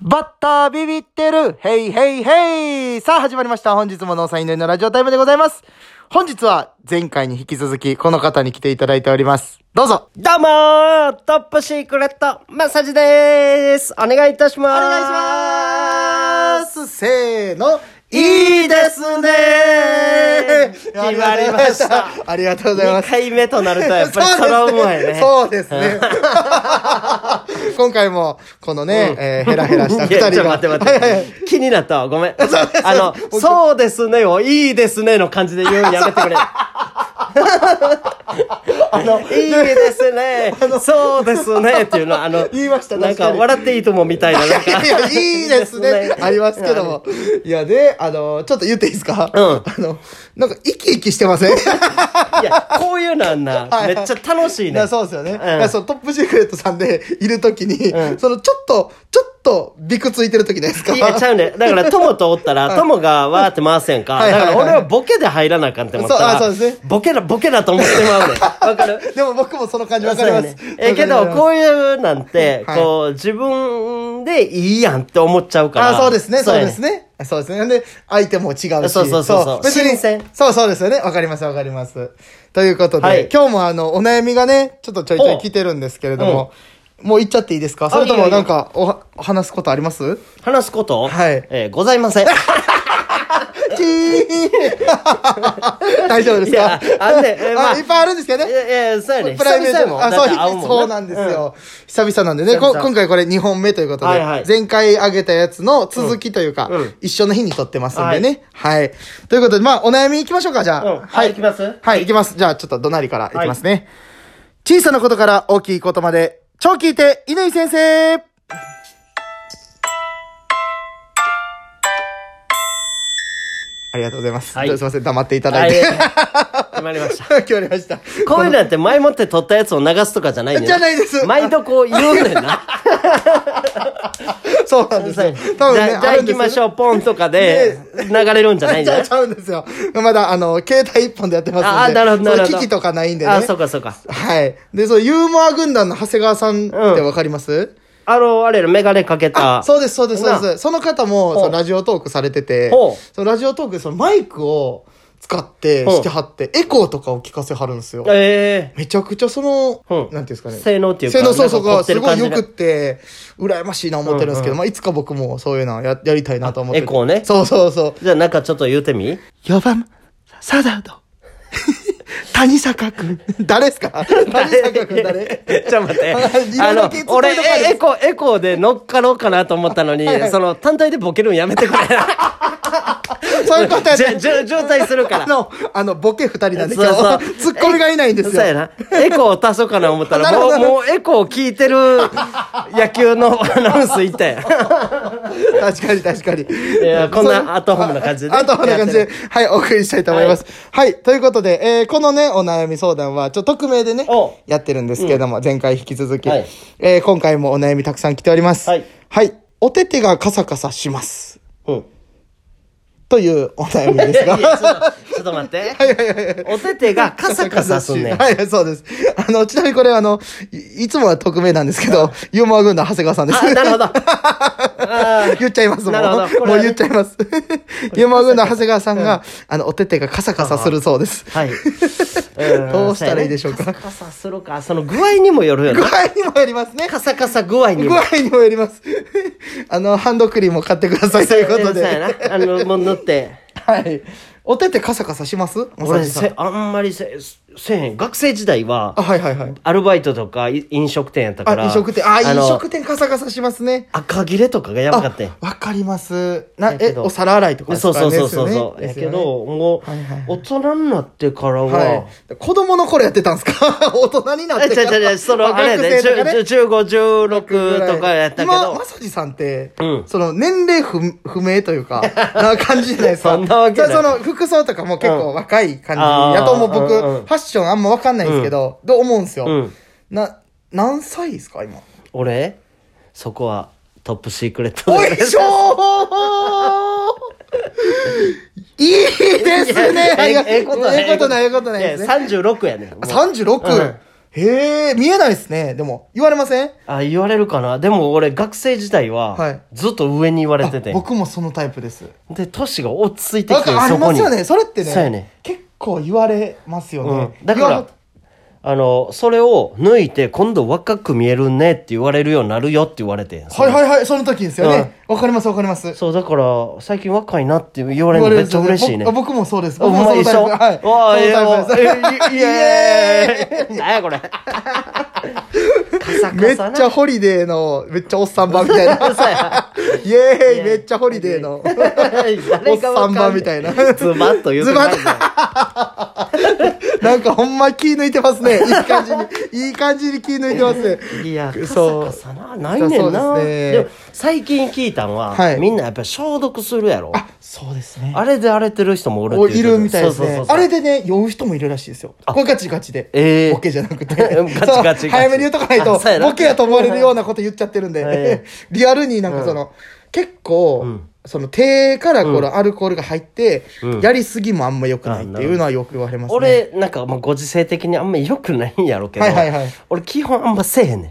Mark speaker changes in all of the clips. Speaker 1: バッタービビってるヘイヘイヘイさあ始まりました。本日も農産犬のラジオタイムでございます。本日は前回に引き続きこの方に来ていただいております。どうぞ
Speaker 2: どうもートップシークレットマッサージでーすお願いいたしま
Speaker 1: お
Speaker 2: す
Speaker 1: 願いしますせーの
Speaker 2: いいですねー
Speaker 1: 決
Speaker 2: 決まりました。
Speaker 1: ありがとうございま
Speaker 2: 2
Speaker 1: す。
Speaker 2: 回目となるとや っぱりそら思いね。
Speaker 1: そうですね。 今回も、このね、えーヘラヘラした
Speaker 2: いや
Speaker 1: 二
Speaker 2: ちょ
Speaker 1: 人
Speaker 2: っ
Speaker 1: が。
Speaker 2: と待って
Speaker 1: は
Speaker 2: 待っ
Speaker 1: いはいはい
Speaker 2: て。気になったわ。ごめん。あの、そうですねを、いいですねの感じで言うのやめ てくれ。あの、いいですね。そうですねっていうのは、あの、
Speaker 1: 言いました
Speaker 2: なん
Speaker 1: 確
Speaker 2: か、
Speaker 1: かに
Speaker 2: 笑っていいともみたいな。なん
Speaker 1: い
Speaker 2: か
Speaker 1: や、いいです ね。ありますけど。も。いやね、あの、ちょっと言っていいですか
Speaker 2: うん
Speaker 1: あの、なんか、生き生きしてません
Speaker 2: いや、こういうのあんな、
Speaker 1: はい
Speaker 2: めっちゃ楽しい
Speaker 1: い
Speaker 2: ね
Speaker 1: や。 そうですよね。
Speaker 2: ん
Speaker 1: だからそのトップシークレットさんでいるときに、
Speaker 2: うん
Speaker 1: その、ちょっと、ちょっと、びくついてるときないですか
Speaker 2: いや、ちゃうね。だから、友とおったら、友がわーって回せんか。
Speaker 1: はい
Speaker 2: だ
Speaker 1: はい
Speaker 2: か
Speaker 1: はい
Speaker 2: ら、俺はボケで入らなあかんって思ったら、
Speaker 1: そうあそうです
Speaker 2: ボケだ、ボケだと思ってまうねん。わかる
Speaker 1: でも僕もその感じわかります。
Speaker 2: そうやねえ、けど、こ
Speaker 1: う。
Speaker 2: ういうなんて、
Speaker 1: はい
Speaker 2: こう、自分でいいやんって思っちゃうから。
Speaker 1: あ、そうですね、そう
Speaker 2: や
Speaker 1: ですね。そうですね。で、相手も違うし。
Speaker 2: そうそうそうそう
Speaker 1: 別に
Speaker 2: 新鮮
Speaker 1: そうそうですよね。わかります、わかります。ということで、
Speaker 2: はい
Speaker 1: 今日もあの、お悩みがね、ちょっとちょいちょい来てるんですけれども、もう行っちゃっていいですかそれと
Speaker 2: いいよ
Speaker 1: も
Speaker 2: いいよ
Speaker 1: なんか、おは、話すことあり ます
Speaker 2: 話すこと
Speaker 1: はい
Speaker 2: えーございません。い
Speaker 1: キー 大丈夫ですか
Speaker 2: や、あんね、えーま
Speaker 1: あ、
Speaker 2: あ、
Speaker 1: いっぱいあるんですけどね。
Speaker 2: えー、そうやね。
Speaker 1: プライベー
Speaker 2: 久
Speaker 1: ト
Speaker 2: 々やもん。
Speaker 1: あ、
Speaker 2: だ
Speaker 1: そ
Speaker 2: っ
Speaker 1: う、
Speaker 2: て会うもん
Speaker 1: そうなんですよ。久々なんでね、
Speaker 2: 久
Speaker 1: こ
Speaker 2: 々
Speaker 1: 今回これ2本目ということで、
Speaker 2: はいはい
Speaker 1: 前回上げたやつの続きというか、
Speaker 2: うんうん
Speaker 1: 一緒の日に撮ってますんでね。はい。ということで、まあ、お悩み行きましょうか、じゃあ。
Speaker 2: うんあ行きます
Speaker 1: はい、行きます。じゃあ、ちょっとどなりから行きますね。小さなことから大きいことまで、超聞いて、乾先生ありがとうございます。
Speaker 2: はい
Speaker 1: すいません、黙っていた
Speaker 2: うん
Speaker 1: だいて。
Speaker 2: はい決まりました。
Speaker 1: 決まりました。
Speaker 2: こういうのって前もって撮ったやつを流すとかじゃないねん
Speaker 1: じゃないです
Speaker 2: 毎度こう言うねんな。
Speaker 1: そうなんですよ。多
Speaker 2: じ
Speaker 1: 分
Speaker 2: ゃ
Speaker 1: ね、
Speaker 2: あじゃあ行きましょう、ポンとかで流れるんじゃ
Speaker 1: あ
Speaker 2: な
Speaker 1: る
Speaker 2: い
Speaker 1: ん
Speaker 2: ん
Speaker 1: ですよ。
Speaker 2: じ
Speaker 1: じゃ
Speaker 2: ゃない
Speaker 1: ちゃうんですよ。まだ、あの、携帯一本でやってますんで。
Speaker 2: ああ、なるほど、なるほ
Speaker 1: そ
Speaker 2: ど。
Speaker 1: の機器とかないんでね。
Speaker 2: あ、そうか、そうか。
Speaker 1: はい。で、そのユーモア軍団の長谷川さんって
Speaker 2: うん
Speaker 1: わかります、
Speaker 2: あの、あれやろ、メガネかけた。
Speaker 1: そうです、そうです、そうで
Speaker 2: な
Speaker 1: す。その方も、
Speaker 2: ほう
Speaker 1: そのラジオトークされてて
Speaker 2: ほう、
Speaker 1: そのラジオトークでそのマイクを使って
Speaker 2: ほう
Speaker 1: してはって、エコーとかを聞かせはるんですよ。
Speaker 2: え
Speaker 1: めちゃくちゃその、
Speaker 2: うん
Speaker 1: なんていうんですかね。
Speaker 2: 性能っていうか
Speaker 1: 性能そうそう
Speaker 2: なんか凝
Speaker 1: が
Speaker 2: って
Speaker 1: す
Speaker 2: る
Speaker 1: ご
Speaker 2: 感
Speaker 1: い
Speaker 2: じ
Speaker 1: 良
Speaker 2: が
Speaker 1: くって、羨ましいな思ってるんですけど、
Speaker 2: うんうん
Speaker 1: まあいつか僕もそういうのはややりたいなと思ってて。
Speaker 2: エコーね
Speaker 1: そうそうそう。
Speaker 2: え。じゃあなんかちょっと言うてみ
Speaker 1: 4番、サダード。 谷坂くん。誰です か谷坂くん誰
Speaker 2: ちょっと待って。あ
Speaker 1: いろいろ
Speaker 2: の
Speaker 1: 気遣いと、か
Speaker 2: 俺、
Speaker 1: ある
Speaker 2: えエコ、エコで乗っかろうかなと思ったのに
Speaker 1: はいはい、
Speaker 2: その、単体でボケるんやめてくれ。
Speaker 1: そういうことや
Speaker 2: じゃ、
Speaker 1: ね。
Speaker 2: じゃ、状態するか
Speaker 1: あ
Speaker 2: ら。
Speaker 1: の、あの、ボケ二人なんで
Speaker 2: そう
Speaker 1: 今日
Speaker 2: そう。
Speaker 1: ツッコミがいないんです
Speaker 2: そうや
Speaker 1: よ。
Speaker 2: な。エコーを足そうかな思った
Speaker 1: な
Speaker 2: ら、
Speaker 1: るほ
Speaker 2: も
Speaker 1: ど
Speaker 2: う、もうエコーを聞いてる野球の アナウンスいったやん。
Speaker 1: 確かに確かに。い
Speaker 2: やこんなアットホームな感じでね
Speaker 1: アットホームな感じで、はい、お送りしたいと思います。はい、ということで、えーこのね、お悩み相談は、ちょっと匿名でね
Speaker 2: お、
Speaker 1: やってるんですけれども、前回引き続き、
Speaker 2: はい
Speaker 1: えー今回もお悩みたくさん来ております。
Speaker 2: はい
Speaker 1: はい、お手手がカサカサします。
Speaker 2: うん。
Speaker 1: というお悩みですが
Speaker 2: い。やちょっとちょっと待って。お手手がカサカサすんねん。
Speaker 1: はい、そうです。あの、ちなみにこれあの、いいつもは匿名なんですけど、ユーモア軍団長谷川さんです。
Speaker 2: あ、なるほど。あ ー
Speaker 1: 言っちゃいますもん。
Speaker 2: なるほどこれ
Speaker 1: も
Speaker 2: は
Speaker 1: う
Speaker 2: ね
Speaker 1: 言っちゃいます。ユーモア軍団長谷川さんが、あの、お手手がカサカサするそうです。
Speaker 2: はい。
Speaker 1: どうしたらいいでしょうか
Speaker 2: カサカサするか。その具合にもよるよ
Speaker 1: 具
Speaker 2: ね。
Speaker 1: 合にもよりますね。
Speaker 2: カサカサ具合に
Speaker 1: 具
Speaker 2: も。
Speaker 1: 合にもよります。 あの、ハンドクリームを買ってくださいということ
Speaker 2: そうや
Speaker 1: で。
Speaker 2: な。あの、もう塗って。
Speaker 1: はい。お手手カサカサしますまさ
Speaker 2: 俺
Speaker 1: きさん
Speaker 2: せ、あんまりせ、せえへん。学生時代は
Speaker 1: あ、、はいはいはい。
Speaker 2: アルバイトとかい飲食店やったから。
Speaker 1: あ、飲食店、あ、
Speaker 2: あの
Speaker 1: 飲食店カサカサしますね。
Speaker 2: 赤切れとかがやばかったん
Speaker 1: あわかります。な、
Speaker 2: やけ
Speaker 1: え、
Speaker 2: ど
Speaker 1: お皿洗いとかです
Speaker 2: そ
Speaker 1: か
Speaker 2: うそうそうそう
Speaker 1: です
Speaker 2: そ
Speaker 1: よ
Speaker 2: う、
Speaker 1: ね
Speaker 2: やけど、もう、
Speaker 1: はいはいはい
Speaker 2: 大人になってからは、
Speaker 1: はい。子供の頃やってたん ですか大人になっ
Speaker 2: え、
Speaker 1: て
Speaker 2: ち
Speaker 1: か
Speaker 2: ゃちゃち
Speaker 1: ら。
Speaker 2: ゃ、その、あれや
Speaker 1: 学生とか
Speaker 2: ね、
Speaker 1: ね
Speaker 2: 十五、十六とかやったけ
Speaker 1: 今、
Speaker 2: ど
Speaker 1: ま、さじさんって、
Speaker 2: うん
Speaker 1: その、年齢不不明という か、な感じじゃないですか。
Speaker 2: そんなわけない
Speaker 1: その、服装とかも結構若い感
Speaker 2: あー
Speaker 1: じ。やともう僕、
Speaker 2: うん
Speaker 1: フ
Speaker 2: うん
Speaker 1: ァッションあんまわかんないんですけど、どう思うんですよ
Speaker 2: うん。
Speaker 1: な、何歳ですか今。
Speaker 2: 俺、そこは、トップシークレット
Speaker 1: おいしょー いいですね
Speaker 2: ええええことない
Speaker 1: ええことない、ええことないですね。
Speaker 2: 三十六やねん。もう
Speaker 1: 36?
Speaker 2: うん
Speaker 1: へへえ、見えないですね。でも、言われません
Speaker 2: あ、言われるかなでも俺、学生時代
Speaker 1: はい
Speaker 2: は、ずっと上に言われてて。
Speaker 1: 僕もそのタイプです。
Speaker 2: で、トシが落ち着いて
Speaker 1: な
Speaker 2: き
Speaker 1: ん
Speaker 2: て、
Speaker 1: かあ
Speaker 2: そ
Speaker 1: り
Speaker 2: こ
Speaker 1: ま
Speaker 2: に。
Speaker 1: すよね。それって
Speaker 2: そうや
Speaker 1: ね
Speaker 2: ね
Speaker 1: 結構言われますよね。
Speaker 2: うん。だから、あの、それを抜いて、今度若く見えるねって言われるようになるよって言われて。
Speaker 1: 言われはいはいはい、その時ですよね。わかりますわかります。
Speaker 2: そう、だから、最近若いなって言われるのめっちゃ嬉しいね。
Speaker 1: 僕僕もそうです。
Speaker 2: あ
Speaker 1: 僕もそのタイプ。はい。
Speaker 2: わあ、ええ
Speaker 1: そのタイプです
Speaker 2: イエーイ何やこれ。カサ
Speaker 1: めっち
Speaker 2: カサな。
Speaker 1: ゃホリデーの、めっちゃおっさん版みたいな。
Speaker 2: そうや
Speaker 1: イエーイめっちゃホリデーの。
Speaker 2: 誰がわかんね
Speaker 1: お
Speaker 2: ん
Speaker 1: っさん版みたいな
Speaker 2: ズバッと言ってないね
Speaker 1: ズなんかほんま気抜いてますね。いい感じに。いい感じに気抜いてますね。
Speaker 2: いや、カ
Speaker 1: そう
Speaker 2: サカサな、ないねん
Speaker 1: そ
Speaker 2: な。
Speaker 1: うですね
Speaker 2: でも、最近聞いたんは
Speaker 1: はい、
Speaker 2: みんなやっぱり消毒するやろ。
Speaker 1: そうですね。
Speaker 2: あれで荒れてる人もおるって
Speaker 1: お
Speaker 2: 言
Speaker 1: いう
Speaker 2: け
Speaker 1: る
Speaker 2: ど
Speaker 1: みたいです
Speaker 2: そうそう
Speaker 1: ね。
Speaker 2: そ
Speaker 1: あ
Speaker 2: う
Speaker 1: れでね、酔う人もいるらしいですよ。これガチガチで。
Speaker 2: ええ
Speaker 1: ボケじゃなくて。
Speaker 2: ガチガチ
Speaker 1: そう
Speaker 2: ガチ
Speaker 1: 早めに言うとかないと
Speaker 2: あそうや、な
Speaker 1: ボケやと思われるようなこと言っちゃってるん で
Speaker 2: え。
Speaker 1: リアルになんかその、結構、
Speaker 2: ん
Speaker 1: その手からこのアルコールが入って、
Speaker 2: うん
Speaker 1: やりすぎもあんま良くないっていうのはよく言われますね。
Speaker 2: 俺、なんか、まあ、ご時世的にあんま良くないんやろうけど、
Speaker 1: はいはいはい
Speaker 2: 俺、基本あんませえへんねん。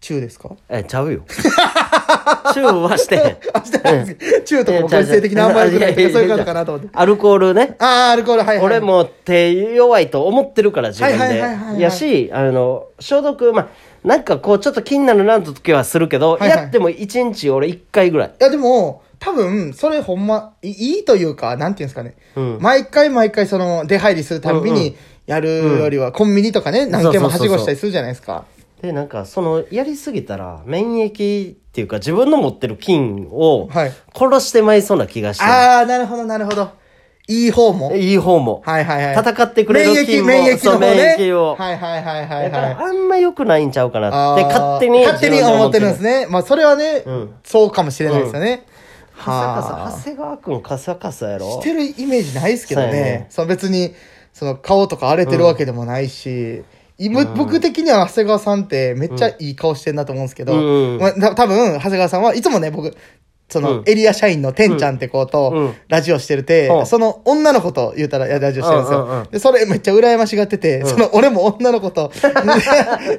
Speaker 1: 中ですか
Speaker 2: え、ち ゃうよ。チューはしてへん。
Speaker 1: あ、してないです けど中とかもご時世的にあんまり良くないとか、そういうことかなと思って。
Speaker 2: アルコールね。
Speaker 1: あー、アルコール、はいはい。
Speaker 2: 俺も手弱いと思ってるから自分
Speaker 1: はいはいはいはいはい
Speaker 2: で。やし、あの、消毒、まあ、なんかこう、ちょっと気になるなって時はするけど、
Speaker 1: はいはい
Speaker 2: やっても1日俺1回ぐらい。
Speaker 1: いや、でも、多分、それほんま、いいいというか、なんていうんですかね。
Speaker 2: うん
Speaker 1: 毎回毎回、その、出入りするたんび
Speaker 2: うんう
Speaker 1: に、やるよりは、コンビニとかね、何軒もはしごしたりするじゃないですか。
Speaker 2: で、なんか、その、やりすぎたら、免疫っていうか、自分の持ってる菌を
Speaker 1: はい、
Speaker 2: 殺してまいそうな気がしてる、
Speaker 1: あー、なるほど、なるほど。いい方も。
Speaker 2: いい方も。
Speaker 1: はいはいはい。
Speaker 2: 戦ってくれる
Speaker 1: 免疫、
Speaker 2: 菌も
Speaker 1: 免疫の方ね。
Speaker 2: そう免疫を
Speaker 1: はいはいはいはい
Speaker 2: だか
Speaker 1: はい
Speaker 2: ら、。あんま良くないんちゃうかな
Speaker 1: あ
Speaker 2: っ
Speaker 1: ー
Speaker 2: て、勝手に。
Speaker 1: 勝手に思ってるんですね。まあ、それはね
Speaker 2: ん、
Speaker 1: そうかもしれないですよね。
Speaker 2: カサカサ、長谷川くんカサカサやろ
Speaker 1: してるイメージないですけど
Speaker 2: そうや
Speaker 1: ね
Speaker 2: ね。
Speaker 1: その別に、その顔とか荒れてるわけでもないし、いぶ僕的には長谷川さんってめっちゃいい顔してんなと思うんですけど、
Speaker 2: うん
Speaker 1: まあ、た多分長谷川さんはいつもね、僕、そうの
Speaker 2: ん
Speaker 1: エリア社員のてんちゃんって子
Speaker 2: うんう
Speaker 1: と
Speaker 2: ん
Speaker 1: ラジオしてるて、
Speaker 2: うん
Speaker 1: その女の子と言うたらいやラジオしてるんですよ。
Speaker 2: うんうんうん
Speaker 1: で、それめっちゃ羨ましがってて、その俺も女の子と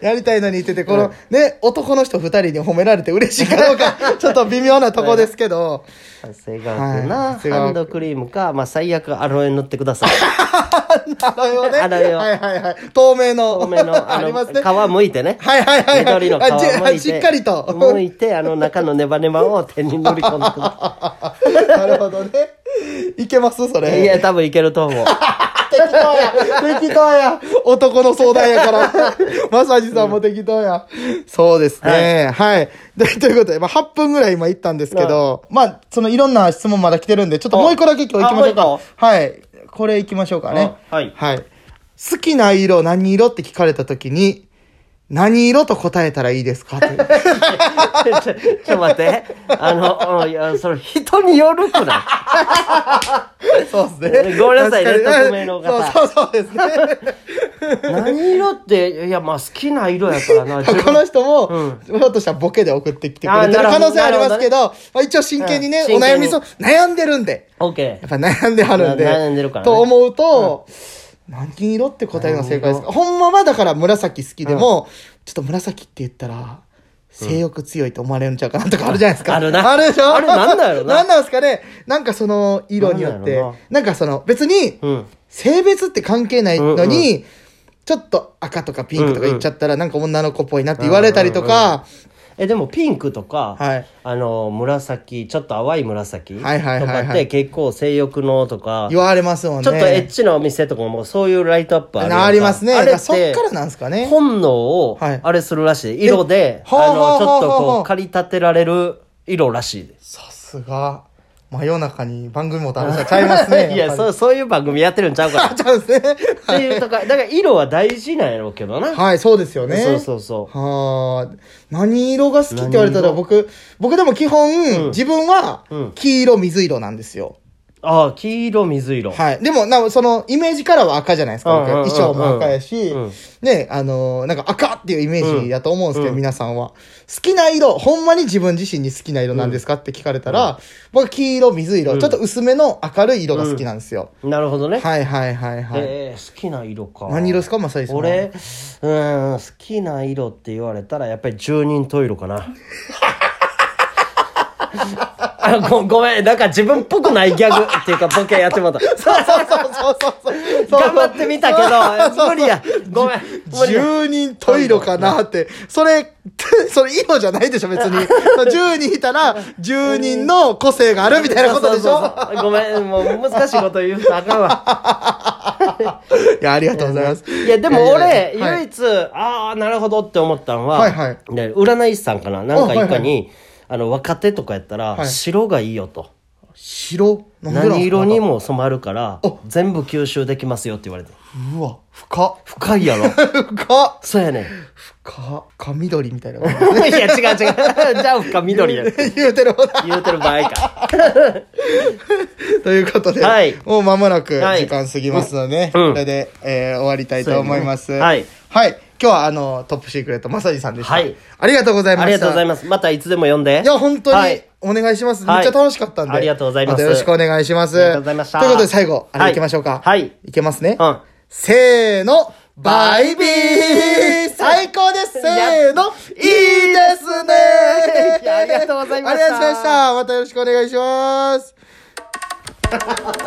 Speaker 1: やりたいのに言ってて、この、ね、男の人二人に褒められて嬉しいかどう か、ちょっと微妙なとこですけど、
Speaker 2: 長谷川くんな、
Speaker 1: はい長谷川君
Speaker 2: ハンドクリームか、まあ、最悪アロエ塗ってくだ さい。
Speaker 1: あのよね。
Speaker 2: あのよ
Speaker 1: はいはいはい。透明の。
Speaker 2: 透明の、あ
Speaker 1: あり
Speaker 2: の、
Speaker 1: ますね。
Speaker 2: 皮むいてね。
Speaker 1: はいはいはいはい
Speaker 2: 緑の皮
Speaker 1: あじゃあ
Speaker 2: むいて。
Speaker 1: しっかりと
Speaker 2: むいて、あの中のネバネバを手に塗り込んでくださ
Speaker 1: なるほどね。いけます それ。
Speaker 2: い。いや、多分いけると思う。
Speaker 1: 適当や。適当や。男の相談や から。まさじさんも適当や。そうですね。はい。でということで、まあ8分ぐらい今行ったんですけど、まあ、そのいろんな質問まだ来てるんで、ちょっともう一個だけ今日行きまし
Speaker 2: あも
Speaker 1: ょ
Speaker 2: う
Speaker 1: う
Speaker 2: 一
Speaker 1: か。はい。これ行きましょうかね。
Speaker 2: あはい
Speaker 1: はい。好きな色何色って聞かれたときに、何色と答えたらいいですかという
Speaker 2: ちょ、ちょっと待って。あの、うんいや、それ人によるくない
Speaker 1: そうですね。
Speaker 2: ごめんなさいね
Speaker 1: 確かに
Speaker 2: 匿名の方
Speaker 1: そうそうそうですね。
Speaker 2: 何色って、いや、まあ好きな色やからな。自 分
Speaker 1: この人も、ひょっとしたらボケで送ってきてくれてる
Speaker 2: あなる
Speaker 1: 可
Speaker 2: ほど
Speaker 1: 能性ありますけど、まあ一応真剣にね、
Speaker 2: うん
Speaker 1: お悩み
Speaker 2: 真剣に
Speaker 1: そう、悩んでるんで。
Speaker 2: オッケ
Speaker 1: やっ
Speaker 2: ー。
Speaker 1: ぱ悩んではるんで。
Speaker 2: な悩んでるからね
Speaker 1: と思うと、何色って答えが正解ですかほんまはだから紫好きでも、ちょっと紫って言ったら、性欲強いと思われるんちゃうかなとかあるじゃないですか。
Speaker 2: あるな
Speaker 1: あるでしょ
Speaker 2: あれなんなんやろな
Speaker 1: なんなんですかねなんかその色によって、な
Speaker 2: なんなんやろ
Speaker 1: んかその別に、
Speaker 2: うん。
Speaker 1: 性別って関係ないのに、ちょっと赤とかピンクとか言っちゃったら、なんか女の子っぽいなって言われたりとか、
Speaker 2: え、でもピンクとか、
Speaker 1: はい
Speaker 2: あの、紫、ちょっと淡い紫とか
Speaker 1: はいはいはいはい
Speaker 2: って結構性欲のとか、
Speaker 1: 言われますもんね。
Speaker 2: ちょっとエッチなお店とかもそういうライトアップあるやん
Speaker 1: あ
Speaker 2: か
Speaker 1: ありますね。
Speaker 2: あ
Speaker 1: だ
Speaker 2: れ
Speaker 1: か
Speaker 2: っ
Speaker 1: らそってからなんですかね。
Speaker 2: 本能を
Speaker 1: はい
Speaker 2: あれするらしい。色で、
Speaker 1: ほうほう
Speaker 2: あの、ち
Speaker 1: ほ
Speaker 2: ょ
Speaker 1: う
Speaker 2: っと
Speaker 1: ほうほ
Speaker 2: こ
Speaker 1: う
Speaker 2: う、駆り立てられる色らしいです。
Speaker 1: さすが、真夜中に番組も楽しちゃいますね。
Speaker 2: いや、
Speaker 1: そ。
Speaker 2: そうう、そういう番組やってるんちゃうから。っ
Speaker 1: ちゃうんですね。
Speaker 2: ていうとか、だから色は大事なんやろうけどな。
Speaker 1: はい、そうですよね。
Speaker 2: そうそうそう。
Speaker 1: はあ、何色が好きって言われたら僕、僕でも基本、自分は
Speaker 2: うん
Speaker 1: 黄色、水色なんですよ。
Speaker 2: ああ、黄色、水色。
Speaker 1: はい。でも、な、その、イメージカラーは赤じゃないですか。
Speaker 2: うんうんうんうん
Speaker 1: 僕衣装も赤やし
Speaker 2: うん、
Speaker 1: ね、あのー、なんか赤っていうイメージやと思うんですけ
Speaker 2: う
Speaker 1: ど、
Speaker 2: ん
Speaker 1: 皆さんは。好きな色、ほんまに自分自身に好きな色なんですかって聞かれたら、僕、黄色、水色、
Speaker 2: うん
Speaker 1: ちょっと薄めの明るい色が好きなんですよ。
Speaker 2: なるほどね。
Speaker 1: はいはいはいはい。
Speaker 2: えー好きな色か。
Speaker 1: 何色ですか、まさりさん。
Speaker 2: 俺、うーん、好きな色って言われたら、やっぱり十人十色かな。 あごごめん、なんか自分っぽくないギャグっていうか、ボケやってもらった。
Speaker 1: そうそうそうそうそうそう。
Speaker 2: 頑張ってみたけど、無理や。ごめん。無理や
Speaker 1: 10人トイロかなって。それ、それ色じゃないでしょ、別に。10人いたら、10人の個性があるみたいなことでし
Speaker 2: そう
Speaker 1: ょ
Speaker 2: そうそうごめん、もう難しいこと言うとあかんわ。
Speaker 1: いや、ありがとうございます。
Speaker 2: いや、でも俺、
Speaker 1: いやいやは
Speaker 2: 唯
Speaker 1: い
Speaker 2: 一、ああ、なるほどって思ったのは、
Speaker 1: はいはい
Speaker 2: ね占い師さんかな。なんか
Speaker 1: あはいいは
Speaker 2: か
Speaker 1: い
Speaker 2: に、あの、若手とかやったら、
Speaker 1: はい
Speaker 2: 白がいいよと。
Speaker 1: 白なんでなんすか
Speaker 2: 何色にも染まるから
Speaker 1: あ、
Speaker 2: 全部吸収できますよって言われて。
Speaker 1: うわ、深っ。
Speaker 2: 深い やろ。
Speaker 1: 深っ。
Speaker 2: そうやねん。
Speaker 1: 深っ。か緑みたいな。
Speaker 2: いや、違う違う。 じゃあ深緑や。
Speaker 1: 言うてるほど。
Speaker 2: 言うてる場合 か。
Speaker 1: ということで、
Speaker 2: はい
Speaker 1: もう間もなく
Speaker 2: はい
Speaker 1: 時間過ぎますので、
Speaker 2: うん
Speaker 1: これで、えー終わりたいと思います。
Speaker 2: そうやねはい。
Speaker 1: はい。今日はあの、トップシークレット、まさじさんでした。
Speaker 2: はい
Speaker 1: ありがとうございました。
Speaker 2: ありがとうございます。またいつでも読んで。
Speaker 1: いや、本当
Speaker 2: は
Speaker 1: に
Speaker 2: い。
Speaker 1: お願いします。
Speaker 2: はい
Speaker 1: めっちゃ楽しかったんで。
Speaker 2: ありがとうございます
Speaker 1: たよろしくお願いします。
Speaker 2: ありがとうございました
Speaker 1: ということで最後、あれ
Speaker 2: はい
Speaker 1: 行きましょうか。
Speaker 2: はい
Speaker 1: 行けますね。
Speaker 2: うん
Speaker 1: せーの、バイビー最高ですせーのいいですね
Speaker 2: いやありがとうございました
Speaker 1: ありがとうございましたまたよろしくお願いします
Speaker 2: め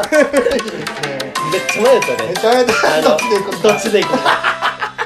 Speaker 2: っちゃ迷ったね
Speaker 1: めちゃめちゃ、どっちで行く
Speaker 2: どっちでいく